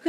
夫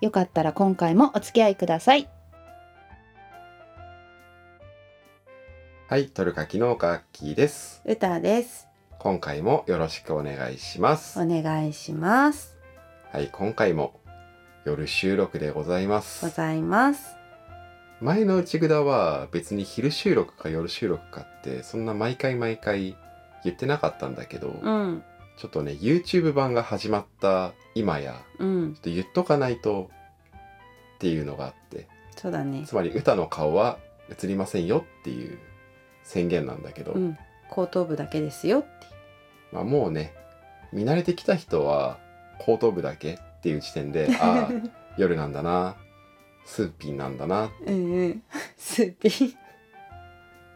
よかったら今回もお付き合いくださいはいトルカキ農家アッキーです歌です今回もよろしくお願いしますお願いしますはい今回も夜収録でございますございます前の内札は別に昼収録か夜収録かってそんな毎回毎回言ってなかったんだけど、うんちょっとね YouTube 版が始まった今やうんちょっと言っとかないとっていうのがあってそうだねつまり歌の顔は映りませんよっていう宣言なんだけど、うん後頭部だけですよっていうまあ、もうね見慣れてきた人は後頭部だけっていう時 点でああ夜なんだなスーピンなんだなうんうんスーピー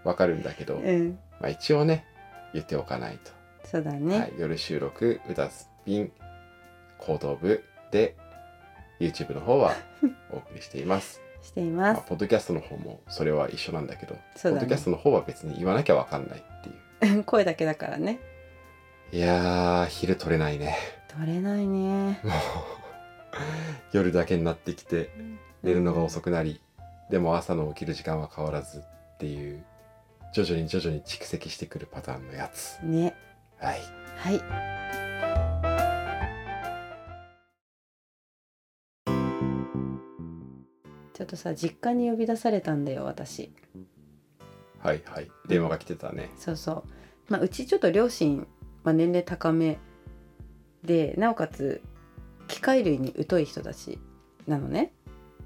わかるんだけど、うんまあ、一応ね言っておかないと。そうだね、はい、夜収録歌すっぴん後頭部で YouTube の 方はお送りしていますしていままあすポッドキャストの方もそれは一緒なんだけどそうポッだドキャねストの方は別に言わなきゃわかんないってい声だけだからねういやー昼取れないね取れない ねもう夜だけになってきて寝るのが遅くなり、でも朝の起きる時間は変わらずっていう徐々に徐々に蓄積してくるパターンのやつねはいはいちょっとさ実家に呼び出されたんだよ私はいはい電話が来てたねそうそうまあうちちょっと両親、まあ、年齢高めでなおかつ機械類に疎い人たちなのね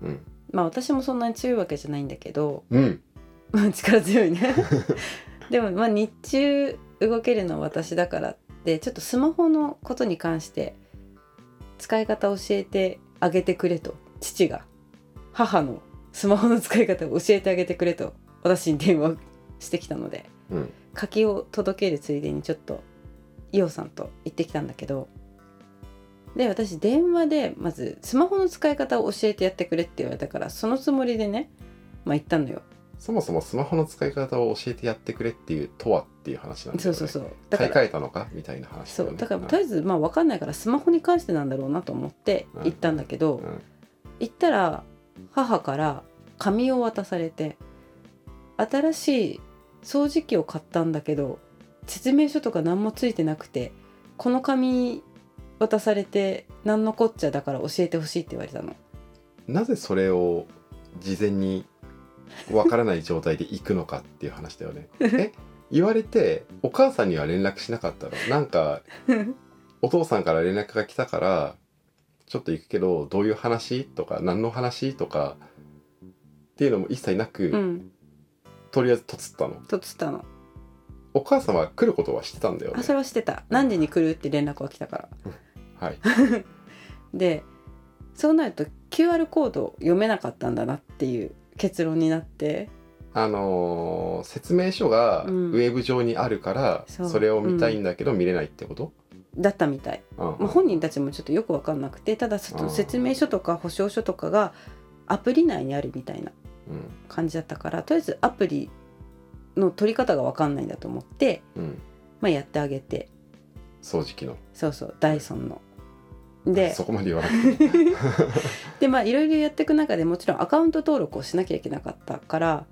うんまあ私もそんなに強いわけじゃないんだけどうんまあ 力強いね でもまあ日中動けるのは私だからってちょっとスマホのことに関して使い方教えてあげてくれと父が母のスマホの使い方を教えてあげてくれと私に電話をしてきたのでうん柿を届けるついでにちょっとイオさんと行ってきたんだけどで私電話でまずスマホの使い方を教えてやってくれって言われたからそのつもりでねまあ行ったのよそもそもスマホの使い方を教えてやってくれっていうとはっていう話なんだそようね。そうそうだから買い替えたのかみたいな話だそようね。だからとりあえずまあ分かんないからスマホに関してなんだろうなと思って行ったんだけど、うんうん行ったら母から紙を渡されて「新しい掃除機を買ったんだけど説明書とか何もついてなくてこの紙渡されて何のこっちゃだから教えてほしい」って言われたの。なぜそれを事前にわからない状態で行くのかっていう話だよね。 え言われてお母さんには連絡しなかったのなん かお父さんから連絡が来たからちょっと行くけどどういう話とか何の話とかっていうのも一切なく、うん、とりあえずとつったの。とつったのお母さんは来ることは知ってたんだよあねそ。れはしてた何時に来るって連絡は来たからはい。でそうなると QR コードを読めなかったんだなっていう結論になってあのー説明書がウうんェブ上にあるから、そうそれを見たいんだけど見れないってこと、だったみたい、うんまあ、本人たちもちょっとよく分かんなくてただそあー説明書とか保証書とかがアプリ内にあるみたいなうん感じだったからとりあえずアプリの取り方が分かんないんだと思って、うん、まあ、やってあげて掃除機のそうそうダイソンの。でそこまで言わなくてもでまあいろいろやっていく中でもちろんアカウント登録をしなきゃいけなかったから、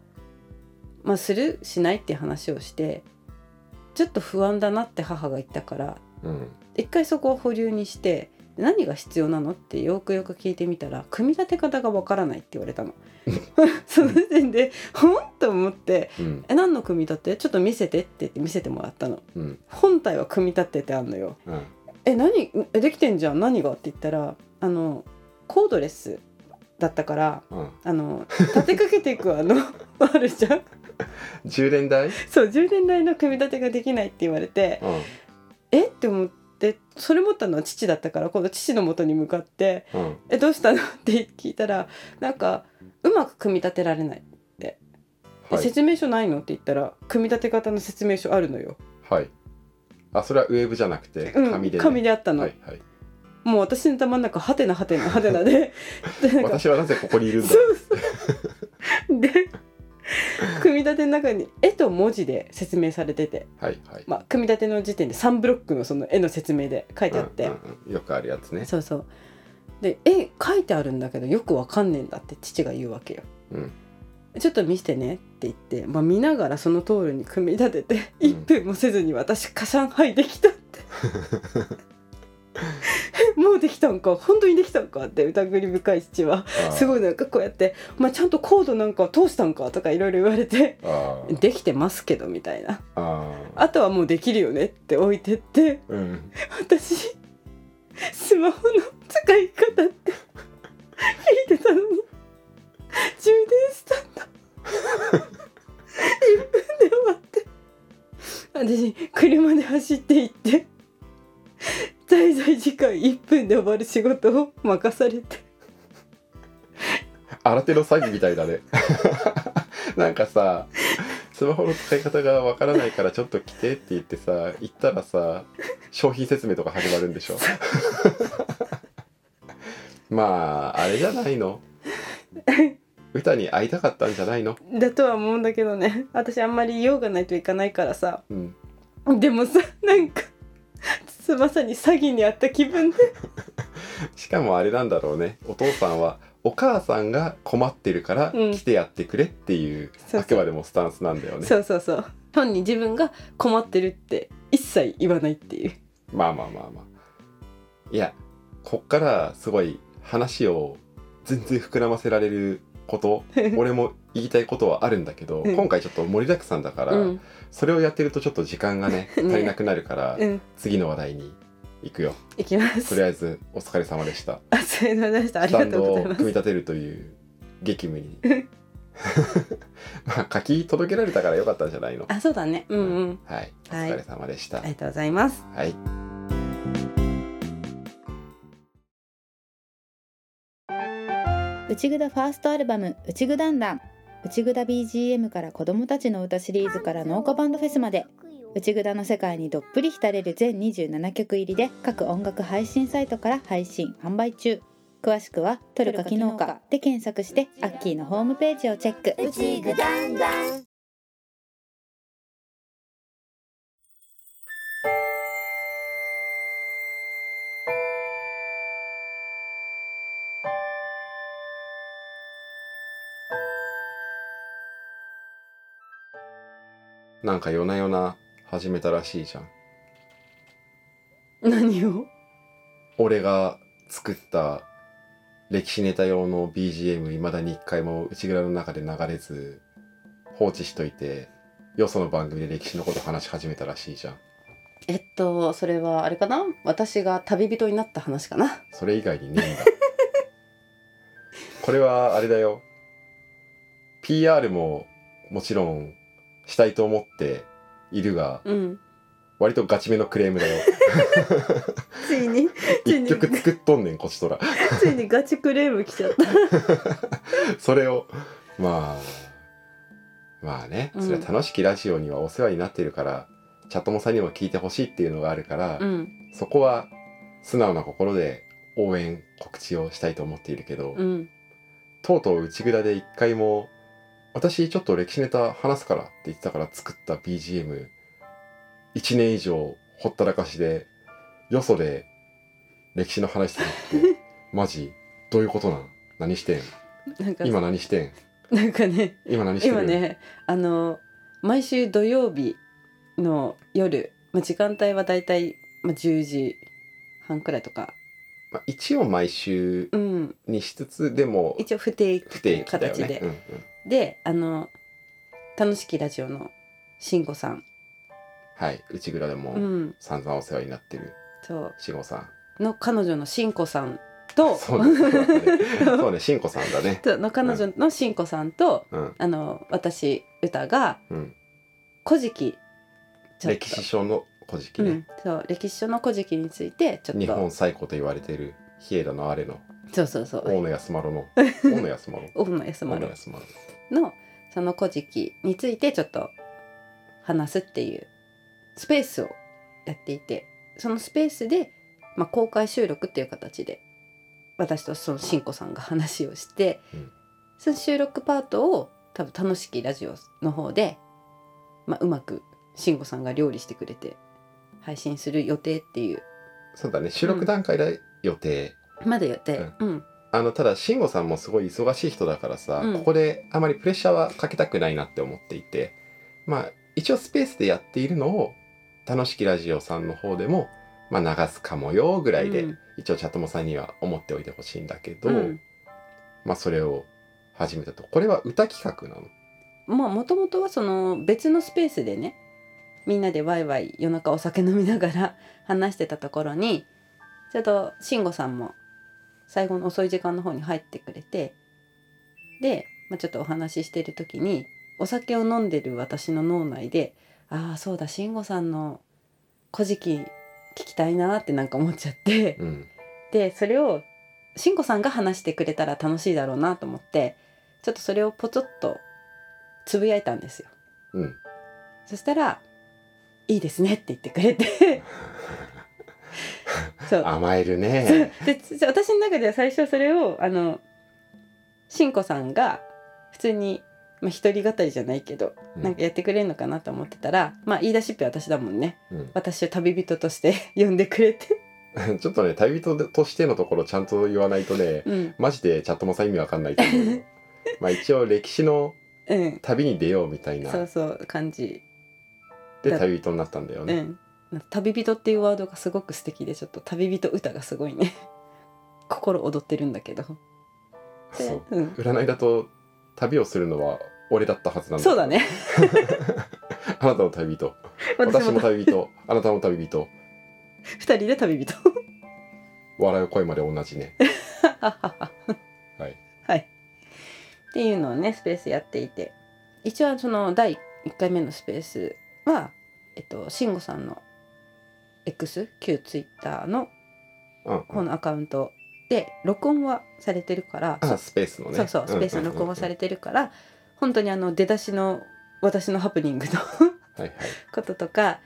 まあ、するしないっていう話をしてちょっと不安だなって母が言ったからうん一回そこを保留にして何が必要なのってよくよく聞いてみたら組み立て方がわからないって言われた のその時点でほんと思ってうん「え何の組み立てちょっと見せて」って言って見せてもらったのうん本体は組み立ててあんのようんえ何えできてんじゃん何がって言ったらあのコードレスだったからうんあ の立てかけていくあのあるじゃん充電台、そう充電台の組み立てができないって言われてうんえって思っでそれ持ったのは父だったから今度父の元に向かってうん「えどうしたの?」って聞いたらなんかうまく組み立てられないではい説明書ないのって言ったら組み立て方の説明書あるのよ、はいあそれはウェブじゃなくてうん、紙でね、あったの、はいはいもう私の頭の中ハテナハテナハテナ ででなんか私はなぜここにいるんだそうそう で組み立ての中に絵と文字で説明されてて、はいはい、まあ、組み立ての時点で3ブロックのその絵の説明で書いてあって、うんうんうんよくあるやつねそうそうで絵書いてあるんだけどよくわかんねえんだって父が言うわけよ、うんちょっと見せてねって言って、まあ、見ながらその通りに組み立ててうん1分もせずに私カシャンはいできたって えもうできたんか本当にできたんかって疑り深い父はあーすごいなんかこうやって「まあ、ちゃんとコードなんか通したんか」とかいろいろ言われてあ「ーできてますけど」みたいなあ「あとはもうできるよね」って置いてってーうん私スマホの使い方って聞いてたのに充電したんだ1分で終わって私車で走って行って滞在時間1分で終わる仕事を任されて新手の詐欺みたいだね なんかさスマホの使い方がわからないからちょっと来てって言ってさ行ったらさ商品説明とか始まるんでしょ まああれじゃないの歌に会いたかったんじゃないのだとは思うんだけどね 私あんまり用がないといかないからさうんでもさなんかまさに詐欺にあった気分でしかもあれなんだろうねお父さんはお母さんが困ってるからうん来てやってくれっていう、そうそうあくまでもスタンスなんだよねそうそうそう本に自分が困ってるって一切言わないっていうまあまあまあまあいやこっからすごい話を全然膨らませられること 俺も言いたいことはあるんだけどうん今回ちょっと盛りだくさんだから、うんそれをやってるとちょっと時間がね足 ねりなくなるから、うん次の話題に行くよいきまとりすあえずお疲れ様でしたあすいませんで したありスタがンとうごドをざいま組みす立てるという激務に まあ書き届けられたからよかったんじゃないのあそうだねうんうんはいおはい疲れ様でしたありがとうございますはい内ぐだファーストアルバム「内ぐだんだん」内ぐだ BGM から子どもたちの歌シリーズから農家バンドフェスまで内ぐだの世界にどっぷり浸れる全27曲入りで各音楽配信サイトから配信販売中詳しくは「トルカ機能か」で検索してアッキーのホームページをチェックうちぐだんだん。なんか夜な夜な始めたらしいじゃん何を俺が作った歴史ネタ用の BGM いまだに一回も内蔵の中で流れず放置しといてよその番組で歴史のこと話し始めたらしいじゃんえっとそれはあれかな私が旅人になった話かなそれ以外にね えんだこれはあれだよ PR ももちろんしたいと思っているがうん割と ガチめのクレームだよついについ一に曲作っとんねんこちとらついにガチクレーム来ちゃったそれをまあまあねうんそれは楽しきラジオにはお世話になっているから、チャットモさんにも聞いてほしいっていうのがあるから、うんそこは素直な心で応援告知をしたいと思っているけど、うんとうとう内蔵で一回も「私ちょっと歴史ネタ話すから」って言ってたから作った BGM1 年以上ほったらかしでよそで歴史の話するって マジどういうことなん何してんなんか今何してんなんかね今何してる今ねあの毎週土曜日の夜、まあ、時間帯はだいたい10時半くらいとか、まあ、一応毎週うん、にしつつでも一応不定期不という定期だよ形で、ね、うんうん、であの「楽しきラジオ」のしんごさん、はい内蔵でうもん、散々お世話になってるそしごさうの彼女のしんこさんとんそうね そうだねそうねしんこさんだねとの彼女のしんこさんと、うんあの私歌がうん「古事記」ちょっと歴史書の古事記うねん、そう歴史書の古事記についてちょっ日と本最古と言われている稗田のあれのそうそうそ大う野安 丸の大野安丸大野安大野丸安丸のその古事記についてちょっと話すっていうスペースをやっていてそのスペースで、まあ、公開収録っていう形で私とそのしんこさんが話をして、うんその収録パートを多分楽しきラジオの方で、まあ、うまくしんこさんが料理してくれて配信する予定っていうそうだね収録段階で予定、まだ予定、うん、あのただ慎吾さんもすごい忙しい人だからさ、うんここであまりプレッシャーはかけたくないなって思っていてまあ一応スペースでやっているのを楽しきラジオさんの方でも、まあ、流すかもよぐらいで、うん一応チャトモさんには思っておいてほしいんだけど、うんまあそれを始めたとこれは歌企画なのまあもともとはその別のスペースでねみんなでワイワイ夜中お酒飲みながら 話してたところにちょうど慎吾さんも最後の遅い時間の方に入ってくれてで、まあ、ちょっとお話ししてる時にお酒を飲んでる私の脳内でああそうだ慎吾さんの「古事記」聞きたいなってなんか思っちゃって。うんでそれをしんこさんが話してくれたら楽しいだろうなと思ってちょっとそれをポチョっとつぶやいたんですようんそしたら「いいですね」って言ってくれ てそう甘え るねでつ私の中では最初それをあのしんこさんが普通に、まあ、一人語りじゃないけど、うんなんかやってくれるのかなと思ってたら、まあ、言い出しっぺは私だもんねうん私を旅人として 呼んでくれて、ちょっとね旅人としてのところちゃんと言わないとねうんマジでチャットもさん意味わかんないと思う よまあ一応歴史のうん、旅に出ようみたいなそうそう感じでだ旅人になったんだようね、ん、なんか旅人っていうワードがすごく素敵でちょっと旅人歌がすごいね 心躍ってるんだけどそでううん、占いだと旅をするのは俺だったはずなんだそうだね あなたの旅人私私もも旅人あなたも旅人二人で旅 人笑う声まで同じねはい はいっていうのをねスペースやっていて一応その第1回目のスペースはえっと慎吾さんの X 旧 Twitter のうん方のアカウントで録音はされてるからあスペースのねそうそうスペースの録音をされてるから、本当にあの出だしの私のハプニングの て、はいはいこととか、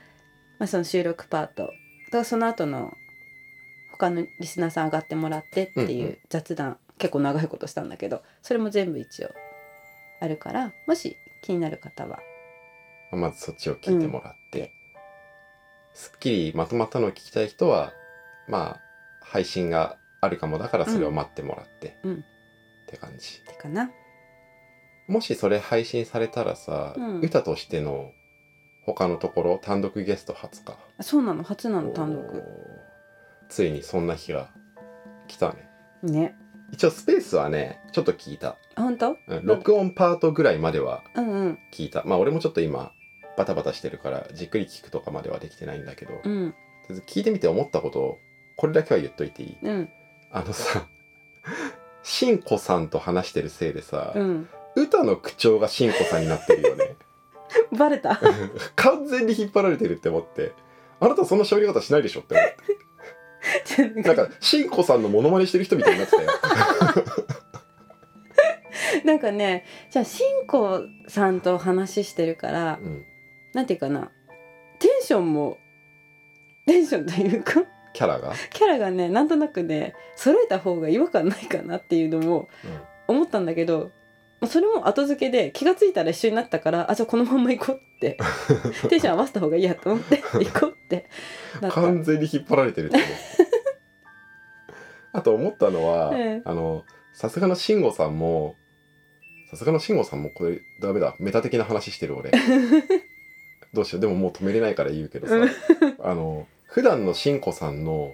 まあ、その収録パートとその後の他のリスナーさん上がってもらってっていんうう雑談、結構長いことしたんだけどそれも全部一応あるからもし気になる方はまずそっちを聞いてもらって、うんすっきりまとまったのを聞きたい人はまあ配信があるかもだからそれを待ってもらって、うんって感じってかなもしそれ配信されたらさ、うん歌としての他のところ単独ゲスト初かあそうなの初なの単おー独ついにそんな日が来たねね一応スペースはねちょっと聞いた、あ本当うん、録音パートぐらいまではうんうん聞いたまあ俺もちょっと今バタバタしてるからじっくり聞くとかまではできてないんだけど、うんとりあえず聞いてみて思ったことをこれだけは言っといていいうんあのさしんこさんと話してるせいでさ、うん歌の口調がしんこさんになってるよねバレた 完全に引っ張られてるって思ってあなたそんな喋り方しないでしょって思ってちょっとなんかしんこさんのモノマネしてる人みたいになってたよなんかねじゃあしんこさんと話してるからうんなんていうかなテンションもテンションというか キャラが、キャラがねなんとなくね揃えた方が違和感ないかなっていうのも思ったんだけどそれも後付けで気がついたら一緒になったからあじゃあこのまんま行こうって テンション合わせた方がいいやと思って 行こうってう、なんった。完全に引っ張られてるって思って あと思ったのは、ええあのさすがのしんごさんもさすがのしんごさんもこれダメだメタ的な話してる 俺どうしようでももう止めれないから言うけどさうん あの普段のしんこさんの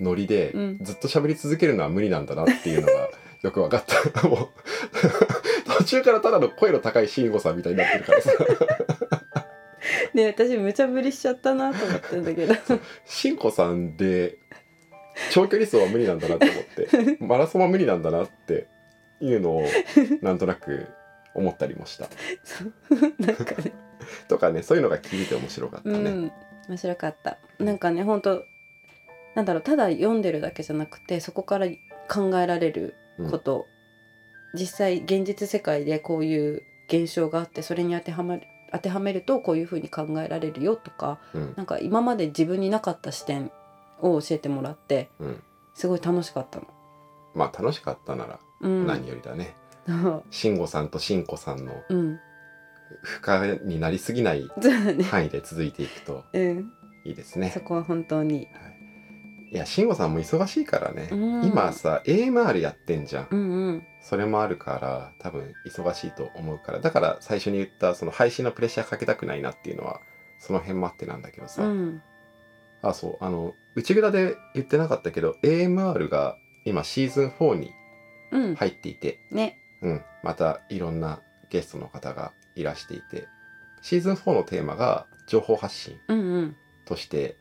ノリでうんずっと喋り続けるのは無理なんだなっていうのがよく分かったもう 途中からただの声の高いしんこさんみたいになってるからさで私無茶ぶりしちゃったなと思ったんだ けどしんこさんで長距離走は無理なんだなと 思ってマラソンは無理なんだなっていうのをなんとなく思ったりもしたそうなんかねとかねそういうのが聞いて面白かったうね、ん面白かったなんかね本当なんだろうただ読んでるだけじゃなくてそこから考えられること、実際現実世界でこういう現象があってそれに当てはまる当てはめるとこういうふうに考えられるよとかうんなんか今まで自分になかった視点を教えてもらってうんすごい楽しかったの。まあ楽しかったならうん、何よりだね、そう慎吾さんと慎子さんの うん、負荷になりすぎないそうだね、範囲で続いていくとうん、いいですねそこは本当に、はい、いや慎吾さんも忙しいからね、うん今さ AMR やってんじゃん、うんうん、それもあるから多分忙しいと思うからだから最初に言ったその配信のプレッシャーかけたくないなっていうのはその辺もあってなんだけどさ、うん、あそうあの内蔵で言ってなかったけど AMR が今シーズン4にうん、入っていて、ね、うん、またいろんなゲストの方がいらしていてシーズン4のテーマが情報発信うんうん、として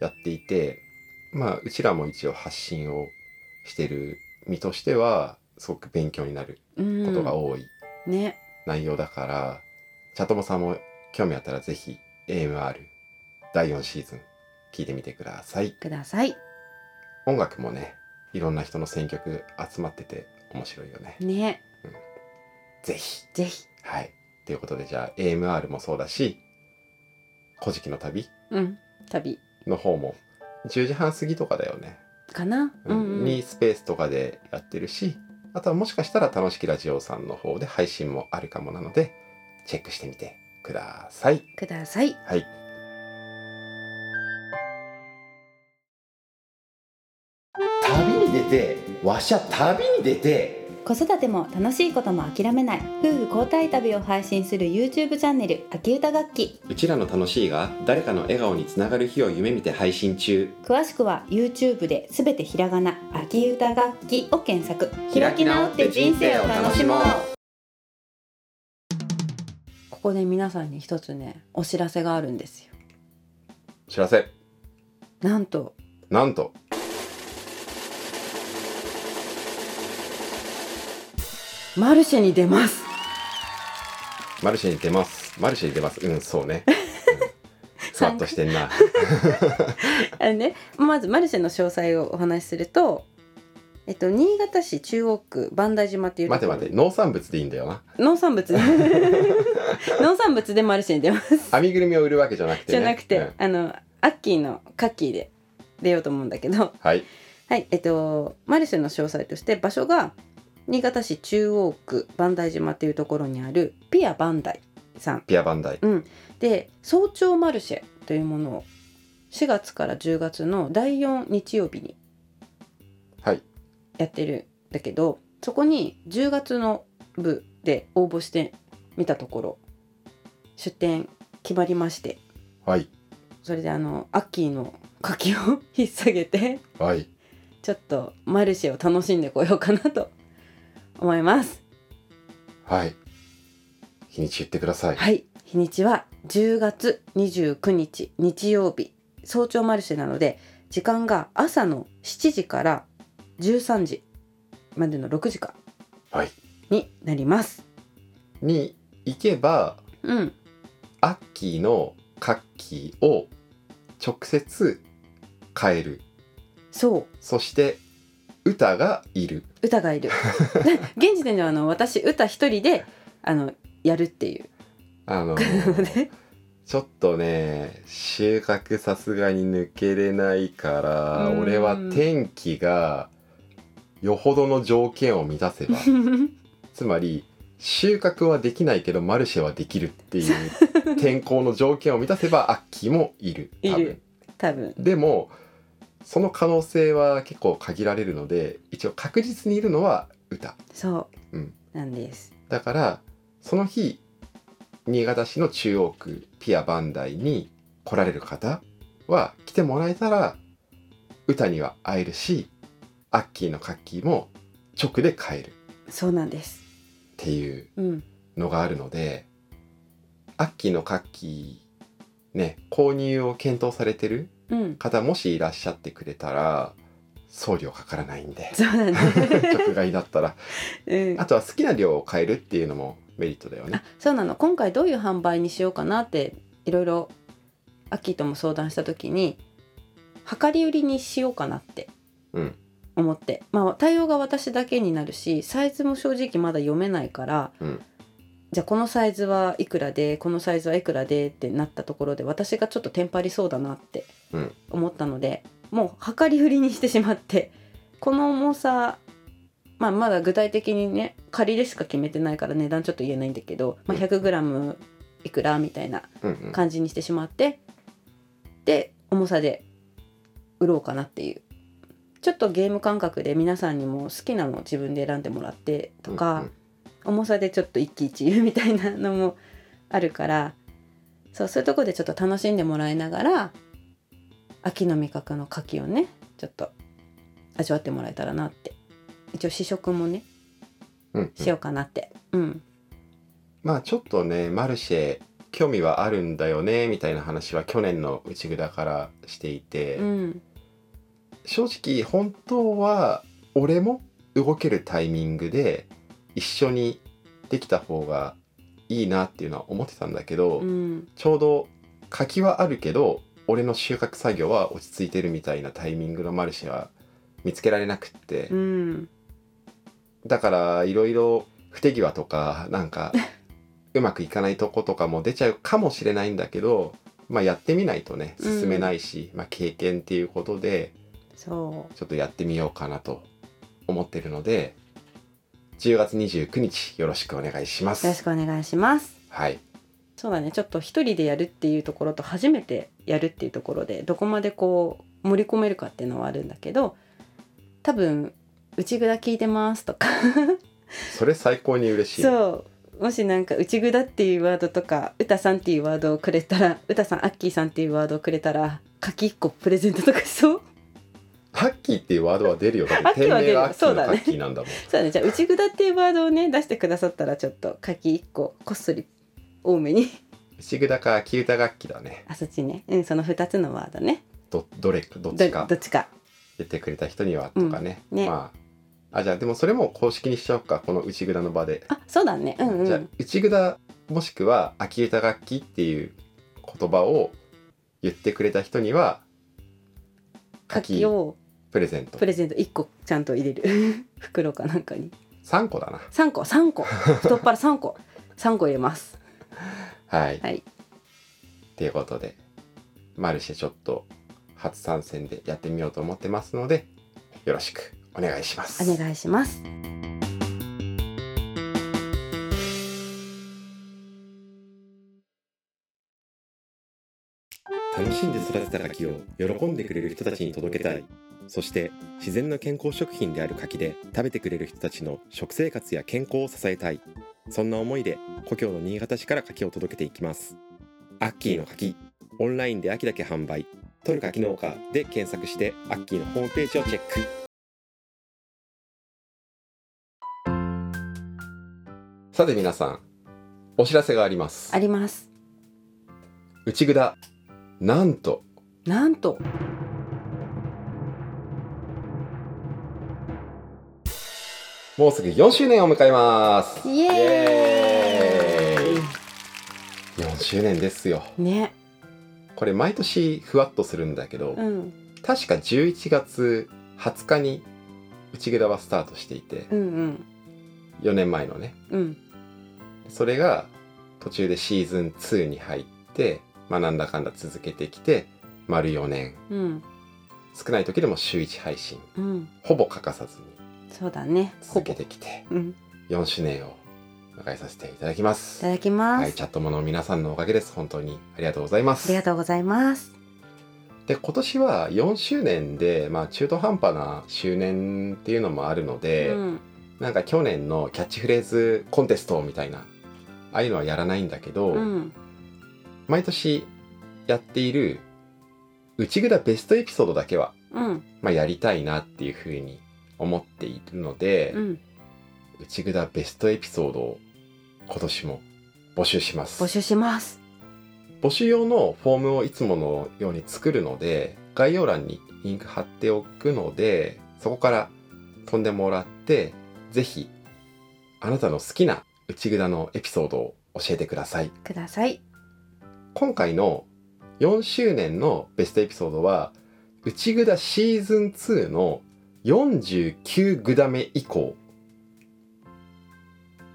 やっていてまあうちらも一応発信をしてる身としてはすごく勉強になるうん、ことが多いね、内容だから、チャトモさんも興味あったらぜひ AMR 第4シーズン聞いてみてくださいください。音楽もねいろんな人の選曲集まってて面白いよね、ね、ぜひぜひ、はいということでじゃあ AMR もそうだし「古事記の旅うん、旅」の方も10時半過ぎとかだよねかな、うん、うん、にスペースとかでやってるしあとはもしかしたら楽しきラジオさんの方で配信もあるかもなのでチェックしてみてください。ください。はい旅に出てわしゃ旅に出て子育ても楽しいことも諦めない夫婦交代旅を配信する YouTube チャンネル「秋歌楽器うちらの楽しいが誰かの笑顔につながる日を夢見て配信中」詳しくは YouTube で「すべてひらがな秋歌楽器」を検索開き直って人生を楽しもうここで皆さんに一つね、お知らせがあるんですよ。お知らせなんと、なんとマルシェに出ます。マルシェに出ますマルシェに出ますうんそうね、うん、 ふわっとしてん なあのね、まずマルシェの詳細をお話しすると。えっと、新潟市中央区磐梯島っていうと待こてろ待て農産物でいいんだよな農産物 農産物でマルシェに出ます編みぐるみを売るわけじゃなくて、じね、ゃなくて、うんあのアッキーのカッキーで出ようと思うんだけどはいはいえっとマルシェの詳細として場所が新潟市中央区磐梯島っていうところにあるピア磐梯さんピアバンダイで早朝マルシェというものを4月から10月の第4日曜日にはいやってるんだけどそこに10月の部で応募してみたところ出店決まりましてはいそれであのアッキーの柿を 引っ提げてはいちょっとマルシェを楽しんでこようかなと思いますはい日にち言ってくださいはい日にちは10月29日日曜日早朝マルシェなので時間が朝の7時から13時までの6時間はいになりますに行けばうんアッキーのカッキーを直接買えるそうそして歌がいる歌がい る現時点ではあの私歌一人であのやるって いう あのねちょっとね収穫さすがに抜けれないからうん俺は天気がよほどの条件を満た せばつまり収穫はできないけどマルシェはできるっていう 天候の条件を満たせばアッキーもいる多分いる多分でもその可能性は結構限られるので一応確実にいるのは歌そう、うんなんですだからその日新潟市の中央区ピアバンダイに来られる方は来てもらえたら歌には会えるしアッキーのカッキーも直で買えるっそうなんですていううんのがあるのでアッキーのカッキーね購入を検討されてるうん方もしいらっしゃってくれたら送料かからないん でそうなんです、直買いだったらうん、ああとは好きな量を買えるっていうのもメリットだよね。そうなの今回どういう販売にしようかなっていろいろアッキーとも相談した時に量り売りにしようかなってうん思って、まあ対応が私だけになるしサイズも正直まだ読めないから、うんじゃあこのサイズはいくらでこのサイズはいくらでってなったところで私がちょっとテンパりそうだなってうん思ったので、もう量り売りにしてしまってこの重さまあ、まだ具体的にね仮でしか決めてないから値段ちょっと言えないんだけど、まあ、うん 100g いくらみたいなうんうん感じにしてしまってで重さで売ろうかなっていうちょっとゲーム感覚で皆さんにも好きなのを自分で選んでもらってとか、うんうん重さでちょっと一喜一憂みたいなのもあるからそうそういうとこでちょっと楽しんでもらいながら秋の味覚の牡蠣をねちょっと味わってもらえたらなって一応試食もねうんうんしようかなってうんまあちょっとねマルシェ興味はあるんだよねみたいな話は去年の内札からしていて、うん正直本当は俺も動けるタイミングで一緒にできた方がいいなっていうのは思ってたんだけど、うんちょうど柿はあるけど俺の収穫作業は落ち着いてるみたいなタイミングのマルシェは見つけられなくって、うんだからいろいろ不手際とかなんかうまくいかないとことかも出ちゃうかもしれないんだけど、まあ、やってみないとねうん進めないし、まあ、経験っていうことでそうちょっとやってみようかなと思ってるので10月29日よろしくお願いしまよろしす。くお願いしますはい、そうだねちょっと一人でやるっていうところと初めてやるっていうところでどこまでこう盛り込めるかっていうのはあるんだけど多分「内札聞いてます」とかそれ最高に嬉しい。そうもしなんか「内札」っていうワードとか「歌さん」っていうワードをくれたら歌さんアッキーさんっていうワードをくれたら柿1個プレゼントとかしそう ハッキーっていうワードは出るよ。だってハッキ店ーは出る名がハッキそーうのだハねッキーなんだもん。そうだねじゃあ「内札」っていうワードをね出してくださったらちょっと柿1個こっそり多め に内ぐだか秋歌楽器だね。あそっちねうんその2つのワードねどどれかどっどちかどっちか出てくれた人にはとかね。うんねまああじゃあでもそれも公式にしちゃおうかこの内ぐだの場で。あそうだねうんうんじゃあ内ぐだもしくは秋歌楽器っていう言葉を言ってくれた人には柿をプレゼントプ。レゼント1個ちゃんと入れる 袋かなんかに三個だな。 3個3個太っ腹3個3個入れますはい。はいっていうことでマルシェちょっと初参戦でやってみようと思ってますのでよろしくお願いします。お願いします楽しんで育てた柿を喜んでくれる人たちに届けたいそして自然な健康食品である柿で食べてくれる人たちの食生活や健康を支えたいそんな思いで故郷の新潟市から柿を届けていきますアッキーの柿オンラインで秋だけ販売「取る柿農家」で検索してアッキーのホームページをチェックさて皆さんお知らせがありますあります内札なんとなんともうすぐ4周年を迎えますイエーイ4周年ですよねこれ毎年ふわっとするんだけど、うん確か11月20日に内札はスタートしていてうんうん4年前のねうんそれが途中でシーズン2に入ってまあなんだかんだ続けてきて丸4年うん少ない時でも週1配信うんほぼ欠かさずにそうだねほ続ぼけてきてうん4周年を迎えさせていただきまいすただきます、はい、チャットもの皆さんのおかげです。本当にありがとうございまありすが。とうございますで、今年は4周年で、まあ中途半端な周年っていうのもあるので、うんなんか去年のキャッチフレーズコンテストみたいな、ああいうのはやらないんだけど、うん毎年やっている内ぐだベストエピソードだけは、うんまあやりたいなっていうふうに思っているので、うん内ぐだベストエピソードを今年も募集します。募集します募集用のフォームをいつものように作るので概要欄にリンク貼っておくのでそこから飛んでもらってぜひあなたの好きな内札のエピソードを教えてくださいください今回の4周年のベストエピソードは「内ぐだシーズン2」の49ぐだめ以降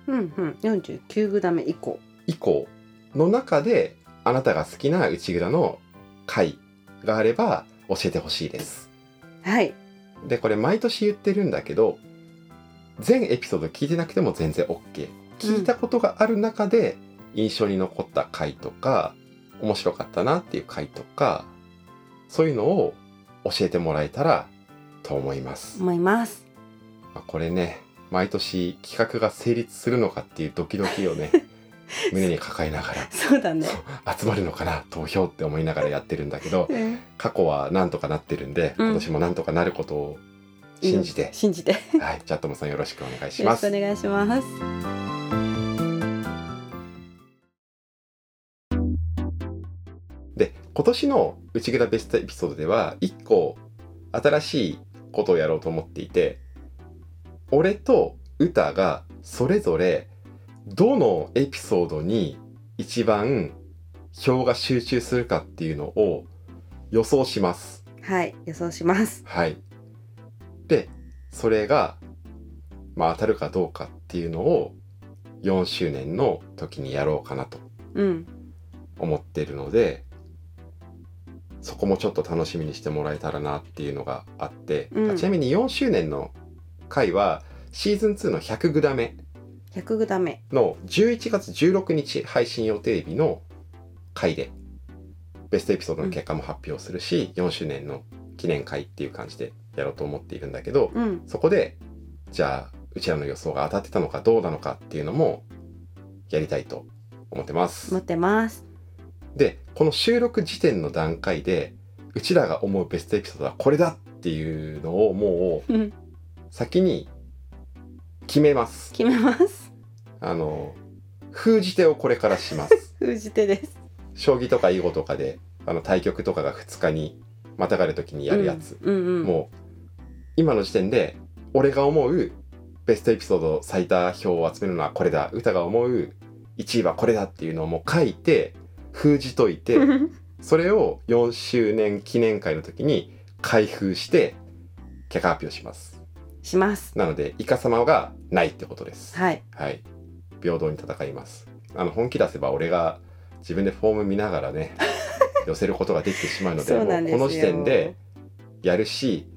うんうん49グダ目以降以降の中であなたが好きな内ぐだの回があれば教えてほしいです。はいでこれ毎年言ってるんだけど全エピソード聞いてなくても全然 OK 聞いたことがある中で印象に残った回とか面白かったなっていう回とかそういうのを教えてもらえたらと思います、ま思いますあ、これね毎年企画が成立するのかっていうドキドキ をね胸に抱えながそうだねら集まるのかな投票って思いながらやってるんだけどうん過去はなんとかなってるんでうん今年もなんとかなることを 信じて信じて はい、チャットモさんよろしくお願いしよろましくす。お願いしますで、今年の内蔵ベストエピソードでは、1個新しいことをやろうと思っていて、俺と歌がそれぞれどのエピソードに一番票が集中するかっていうのを予想します。はい予想しますはい。で、それが、まあ、当たるかどうかっていうのを4周年の時にやろうかなとうん思ってるのでそこもちょっと楽しみにしてもらえたらなっていうのがあって、うんあちなみに4周年の回はシーズン2の100グダメ100グダ目の11月16日配信予定日の回でベストエピソードの結果も発表するし、4周年の記念会っていう感じでやろうと思っているんだけど、うんそこでじゃあうちらの予想が当たってたのかどうなのかっていうのもやりたいと思ってます。持ってますでこの収録時点の段階でうちらが思うベストエピソードはこれだっていうのをもうんう先に決めます決めます あの封じ手をこれからします 封じ手です将棋とか囲碁とかであの対局とかが2日にまたがる時にやるやつ、うんうん、うん、もう今の時点で俺が思うベストエピソード最多票を集めるのはこれだ歌が思う1位はこれだっていうのをもう書いて封じと いてそれを4周年記念会の時に開封して結果発表しますしますなのでイカ様がないってことですはいはい平等に戦いますあの本気出せば俺が自分でフォーム見なが らね寄せることができてしまうのでそうなんでもうすよこの時点でやるし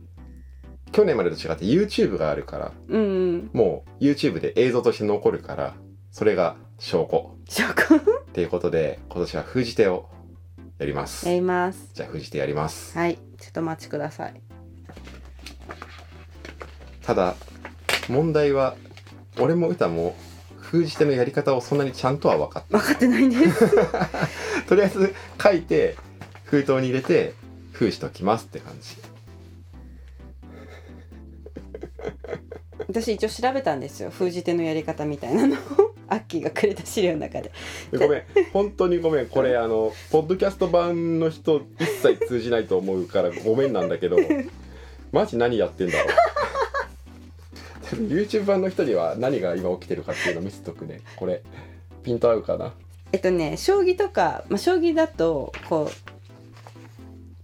去年までと違って YouTube があるからうんうんもう YouTube で映像として残るからそれが証拠証拠 っていうことで今年は封じ手をやりますやりますじゃあ封じ手やりますはいちょっとお待ちくださいただ問題は俺も歌も封じ手のやり方をそんなにちゃんとは分かっ分かってないんです たとりあえず書いて封筒に入れて封しときますって感じ私一応調べたんですよ封じ手のやり方みたいなのを アッキーがくれた資料の中でごめん本当にごめんこれあのポッドキャスト版の人一切通じないと思うからごめんなんだけどマジ何やってんだろうでも YouTube 版の人には何が今起きてるかっていうの見せとくねこれピント合うかなえっとね将棋とか、まあ、将棋だとこう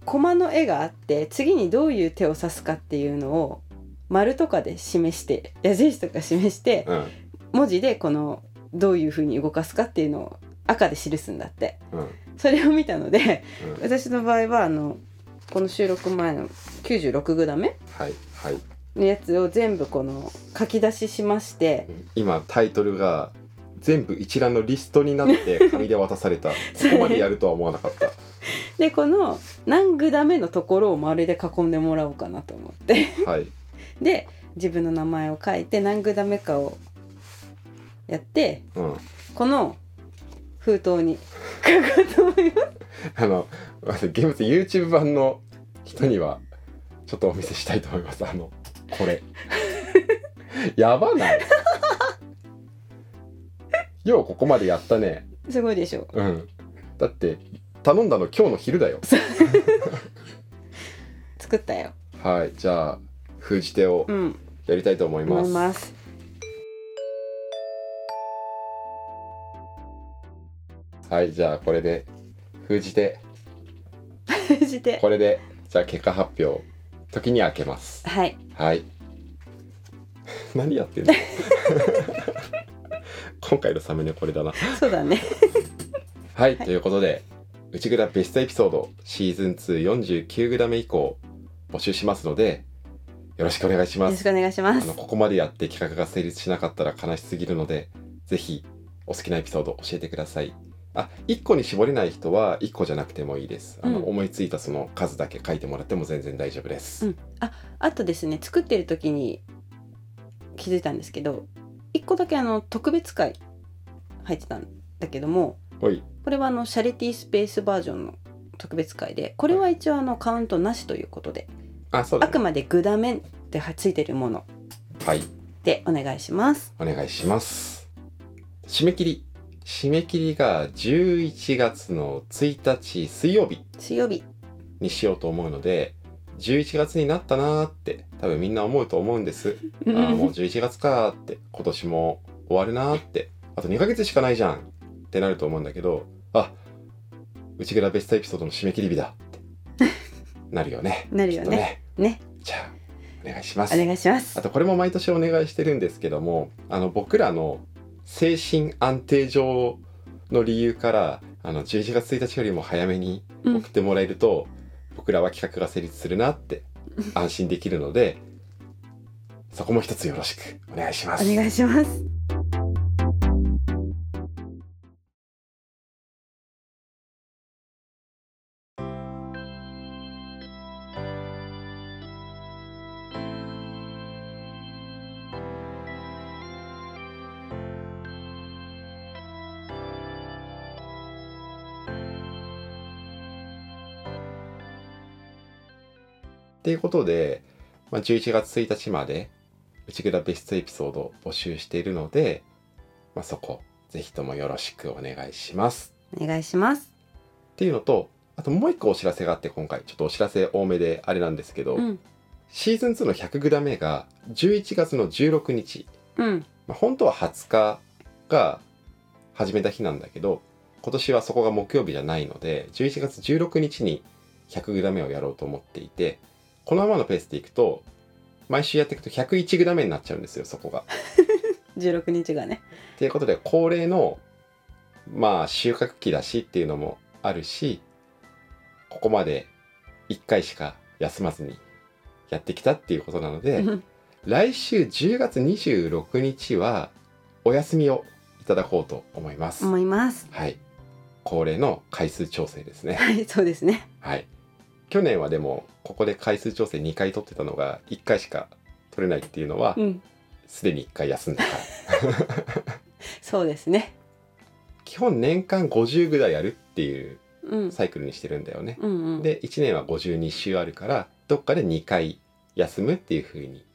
駒の絵があって次にどういう手を指すかっていうのを丸とかで示して矢印とか示してうん文字でこのどういうふうに動かすかっていうのを赤で記すんだってうんそれを見たのでうん私の場合はあのこの収録前の96グダメはいはいのやつを全部この書き出ししまして今タイトルが全部一覧のリストになって紙で渡されたここまでやるとは思わなかったでこの何グダメのところを丸で囲んでもらおうかなと思って はいで自分の名前を書いて何グダメかをやってうんこの封筒に書こうと思いますあのゲームズ YouTube 版の人にはちょっとお見せしたいと思いますあのこれ やばないようここまでやったねすごいでしょうんだって頼んだの今日の昼だよ作ったよはいじゃあ封じ手をうんやりたいと思いま思す、いますはいじゃあこれで封じ手通じてこれでじゃあ結果発表時に開けますはいはい 何やってんの 今回のサムネこれだなそうだねはい、ということで「内蔵ベストエピソード」シーズン249グラム以降募集しますのでよろしくお願いしよまろしすくお願いしまあのすここまでやって企画が成立しなかったら悲しすぎるのでぜひお好きなエピソード教えてくださいあ1個に絞れない人は1個じゃなくてもいいですあの、うん思いついたその数だけ書いてもらっても全然大丈夫です、うんあとですね作ってる時に気づいたんですけど一個だけあの特別会入ってたんだけどもほいこれはあのシャリティスペースバージョンの特別会でこれは一応あのカウントなしということであそうだ、あねく、までグダメンってついてるものはいでお願いしますお願いします締め切り締め切りが11月の1日水曜日水曜日にしようと思うので11月になったなーって多分みんな思うと思うんです あーもう11月かーって今年も終わるなーってあと2ヶ月しかないじゃんってなると思うんだけどあ内蔵ベストエピソードの締め切り日だ ってなるよねなるよきっとねねじゃあお願いしますお願いしますあとこれも毎年お願いしてるんですけどもあの僕らの精神安定上の理由からあの11月1日よりも早めに送ってもらえると、僕らは企画が成立する なって安心できるのでそこも一つよろしくお願いします。お願いしますっていうことで、まあ、11月1日まで内蔵ベストエピソードを募集しているので、まあ、そこぜひともよろしくお願いします。お願いしますっていうのとあともう一個お知らせがあって今回ちょっとお知らせ多めであれなんですけど、うんシーズン2の100グダ目が11月の16日、うんまあ、本当は20日が始めた日なんだけど今年はそこが木曜日じゃないので11月16日に100グダ目をやろうと思っていてこのままのペースでいくと毎週やっていくと101グダ目になっちゃうんですよそこが。 16日がねということで恒例のまあ収穫期だしっていうのもあるしここまで1回しか休まずにやってきたっていうことなので、うん来週10月26日はお休みをいただこうと思います。 思いますはい恒例の回数調整で すね。はいそうですねはい去年はでもここで回数調整2回取ってたのが1回しか取れないっていうのはうんすでに1回休んだからそうですね基本年間50ぐらいやるっていううんサイクルにしてるんだよね。うんうんで1年は52週あるからどっかで2回休むっていう風に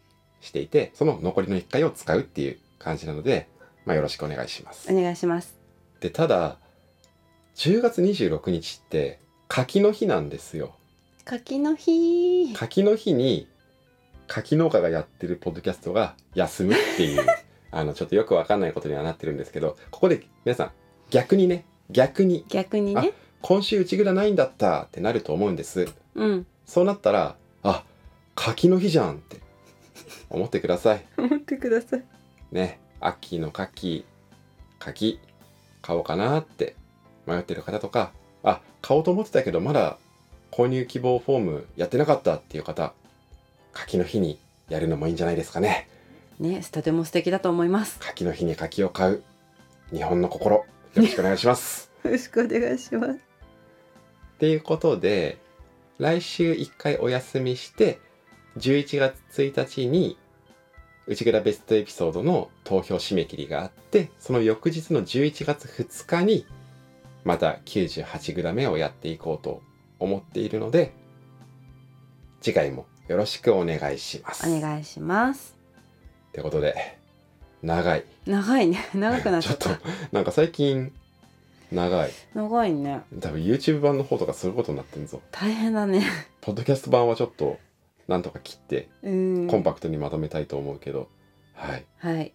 していてその残りの1回を使うっていう感じなので、まあ、よろしくお願いしますお。願いしますでただ10月26日って柿の日なんですよ。柿の日柿の日に柿農家がやってるポッドキャストが休むって いうあのちょっとよくわかんないことにはなってるんですけどここで皆さん逆にね逆に逆にね今週内蔵ないんだったってなると思うんです。 うんそうなったら、あ、柿の日じゃんって思ってください。思ってくださいね、秋の柿、柿、買おうかなって迷ってる方とか、あ、買おうと思ってたけどまだ購入希望フォームやってなかったっていう方、柿の日にやるのもいいんじゃないですかね。ねとても素敵だと思います柿の日に柿を買う、日本の心、よろしくお願いします。よろしくお願いしますっていうことで来週1回お休みして11月1日に内蔵ベストエピソードの投票締め切りがあってその翌日の11月2日にまた 98g をやっていこうと思っているので次回もよろしくお願いします。おっ願いしますてことで長い長いね 長くなっちちょゃっっとたなんか最近長い長いね多分 YouTube 版の方とかそういうことになってんぞ。大変だねポッドキャスト版はちょっとなんとか切ってうんコンパクトにまとめたいと思うけど、はいはい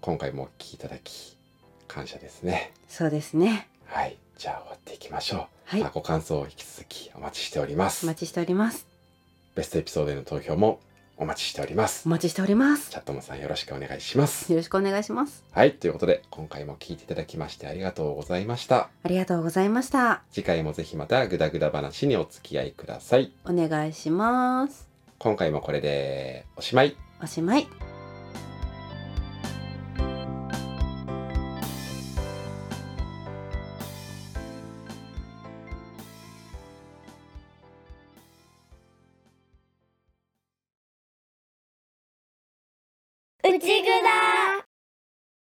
今回もお聞きいただき感謝ですねそうですねはいじゃあ終わっていきましょう、はいあご感想を引き続きお待ちしておりまおす待ちしておりますベストエピソードへの投票もお待ちしておりますお待ちしておりますチャットモンさんよろしくお願いしますよろしくお願いしますはいということで今回も聞いていただきましてありがとうございましたありがとうございました次回もぜひまたグダグダ話にお付き合いくださいお願いします今回もこれでおしまいおしまいうちぐだ